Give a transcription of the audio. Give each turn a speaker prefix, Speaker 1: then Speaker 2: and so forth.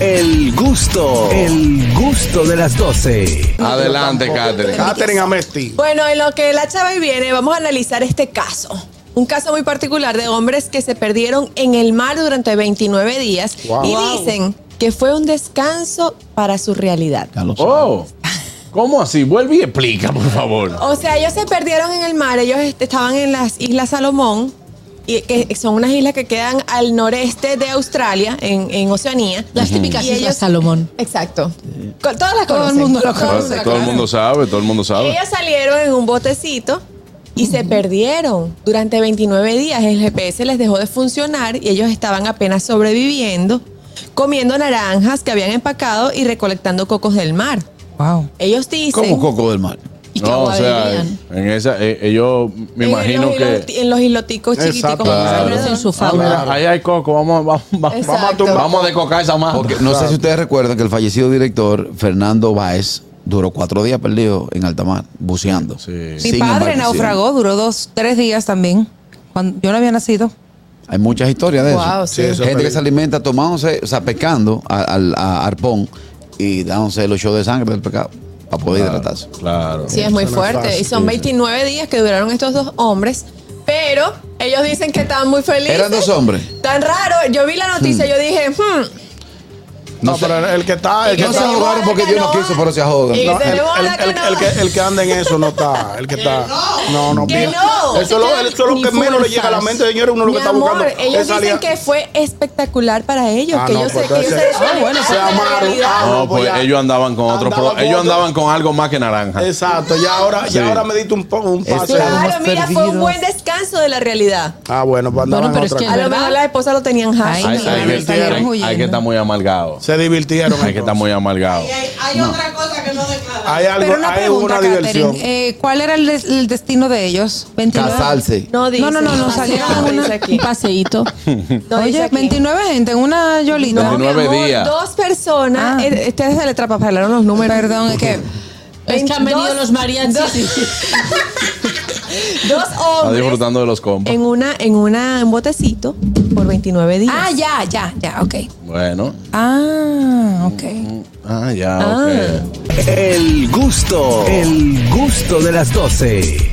Speaker 1: El gusto, el gusto de las 12.
Speaker 2: Adelante, Catherine.
Speaker 3: Catherine Amesti.
Speaker 4: Bueno, en lo que la chava ahí viene, vamos a analizar este caso. Un caso muy particular de hombres que se perdieron en el mar durante 29 días
Speaker 3: Wow.
Speaker 4: y
Speaker 3: Wow.
Speaker 4: dicen que fue un descanso para su realidad.
Speaker 2: Oh, ¿cómo así? Vuelve y explica, por favor.
Speaker 4: O sea, ellos se perdieron en el mar, ellos este, estaban en las Islas Salomón, y que son unas islas que quedan al noreste de Australia, en, en Oceanía.
Speaker 5: Las típicas
Speaker 4: Y
Speaker 5: Islas
Speaker 4: ellos-
Speaker 5: Salomón.
Speaker 4: Exacto. Con- Todas las
Speaker 5: Todo el
Speaker 4: conocen.
Speaker 5: mundo lo
Speaker 4: Todas
Speaker 5: conoce,
Speaker 4: las
Speaker 2: Todo el mundo sabe, todo el mundo sabe.
Speaker 4: Ellos salieron en un botecito y se perdieron. Durante 29 días el GPS les dejó de funcionar y ellos estaban apenas sobreviviendo, comiendo naranjas que habían empacado y recolectando cocos del mar.
Speaker 5: Wow.
Speaker 4: Ellos dicen...
Speaker 6: Como Coco del Mar.
Speaker 5: ¿Y qué
Speaker 2: No, o sea,
Speaker 5: vivían?
Speaker 2: en esa, eh, ellos me
Speaker 4: en
Speaker 2: imagino
Speaker 4: los
Speaker 2: que.
Speaker 4: hiloti- En los hiloticos
Speaker 3: Exacto.
Speaker 4: chiquiticos.
Speaker 3: Claro.
Speaker 4: alrededor.
Speaker 5: en su
Speaker 2: Ah,
Speaker 5: fama.
Speaker 2: mira, ahí hay coco, vamos, vamos, vamos,
Speaker 4: Exacto.
Speaker 2: vamos a tumbar- vamos a descocar esa mano.
Speaker 6: Porque no sé si ustedes recuerdan que el fallecido director Fernando Báez duró cuatro días perdido en alta mar, buceando.
Speaker 2: Sí.
Speaker 7: Mi
Speaker 6: Sin
Speaker 7: padre
Speaker 6: embarcación.
Speaker 7: naufragó, duró dos, tres días también. Cuando yo no había nacido.
Speaker 6: Hay muchas historias de
Speaker 4: Wow,
Speaker 6: eso.
Speaker 4: sí. Sí,
Speaker 3: eso es
Speaker 6: Gente que
Speaker 3: peligro.
Speaker 6: se alimenta tomándose, o sea, pescando a- al a arpón y dándose los shows de sangre del pecado para poder hidratarse.
Speaker 2: Claro.
Speaker 4: Sí, es muy
Speaker 3: Eso no es
Speaker 4: fuerte.
Speaker 3: fácil.
Speaker 4: Y son 29 días que duraron estos dos hombres. Pero ellos dicen que estaban muy felices.
Speaker 6: Eran dos hombres.
Speaker 4: Tan raro. Yo vi la noticia, yo dije, hmm,
Speaker 3: No,
Speaker 6: No sé.
Speaker 3: pero el que está. El que
Speaker 6: No se
Speaker 3: está-
Speaker 4: tenemos
Speaker 6: ahogaron
Speaker 4: la
Speaker 6: porque Dios no
Speaker 4: canoa.
Speaker 6: quiso, pero se ahogan.
Speaker 4: Y
Speaker 3: No, el,
Speaker 4: tenemos
Speaker 3: el-
Speaker 4: la
Speaker 3: el-
Speaker 4: canoa.
Speaker 3: el que, el que anda en eso no está. El que está. No, no,
Speaker 4: Que
Speaker 3: bien.
Speaker 4: no.
Speaker 3: Eso es lo, eso es lo
Speaker 4: Ni
Speaker 3: que menos le llega a la
Speaker 4: fuerzas.
Speaker 3: mente, señores. Uno lo
Speaker 4: Mi
Speaker 3: que está
Speaker 4: amor,
Speaker 3: buscando.
Speaker 4: Ellos
Speaker 3: es
Speaker 4: dicen
Speaker 3: salir-
Speaker 4: que fue espectacular para ellos.
Speaker 3: Ah,
Speaker 4: que
Speaker 3: no,
Speaker 4: ellos
Speaker 3: pues
Speaker 4: se, que ellos
Speaker 3: entonces-
Speaker 4: se
Speaker 3: Ah, bueno, se
Speaker 4: desconectaron de la
Speaker 3: amaron.
Speaker 4: realidad.
Speaker 3: Ah,
Speaker 2: No,
Speaker 3: no, pues
Speaker 2: pues
Speaker 3: ya.
Speaker 2: ellos andaban con otro
Speaker 3: Andaban
Speaker 2: pro-
Speaker 3: con
Speaker 2: Ellos
Speaker 3: otro-
Speaker 2: andaban con algo más que naranja.
Speaker 3: Exacto. Ya ahora,
Speaker 2: Sí.
Speaker 3: ya ahora me diste un, po- un
Speaker 6: Eso
Speaker 3: pase.
Speaker 6: era-
Speaker 4: Claro,
Speaker 6: Estamos
Speaker 4: mira, fue un
Speaker 6: perdidos.
Speaker 4: buen descanso de la realidad.
Speaker 3: Ah, bueno, pues andaban
Speaker 5: Bueno, pero
Speaker 3: en
Speaker 5: es
Speaker 3: otra
Speaker 5: que-
Speaker 4: A
Speaker 3: cosa.
Speaker 4: lo
Speaker 5: ¿Verdad?
Speaker 4: mejor las esposas lo tenían high.
Speaker 7: Ay,
Speaker 2: Hay,
Speaker 7: mira,
Speaker 2: hay
Speaker 7: me
Speaker 2: que,
Speaker 7: salieron
Speaker 2: hay- hay
Speaker 7: huyendo.
Speaker 2: que estar muy amalgado.
Speaker 3: Se divirtieron.
Speaker 2: Hay que estar
Speaker 3: entonces.
Speaker 2: muy amalgado.
Speaker 3: Hay algo,
Speaker 7: Pero una
Speaker 3: hay
Speaker 7: pregunta,
Speaker 3: una diversión.
Speaker 7: Catherine. eh, ¿Cuál era el, des- el destino de ellos? 29.
Speaker 6: Casarse.
Speaker 4: No dice.
Speaker 7: No, no, no, no, salieron
Speaker 4: No
Speaker 7: una-
Speaker 4: dice aquí.
Speaker 5: Un paseíto.
Speaker 4: No dice
Speaker 7: Oye,
Speaker 4: aquí.
Speaker 7: 29 gente en una yolita.
Speaker 4: No, mi
Speaker 2: 29
Speaker 4: amor,
Speaker 2: días.
Speaker 4: Dos personas.
Speaker 7: Ah.
Speaker 4: eh, Ustedes se le traspapelaron los números.
Speaker 7: Perdón, es que
Speaker 5: Es que han venido
Speaker 4: Dos-
Speaker 5: los mariachis.
Speaker 4: Dos
Speaker 2: Está
Speaker 4: hombres
Speaker 2: disfrutando de los compas.
Speaker 4: en una, en una, en botecito por 29 días.
Speaker 7: Ah, ya, ya, ya, ok.
Speaker 2: Bueno.
Speaker 7: Ah, ok.
Speaker 2: Ah, ya, ok.
Speaker 1: El gusto, el gusto de las 12.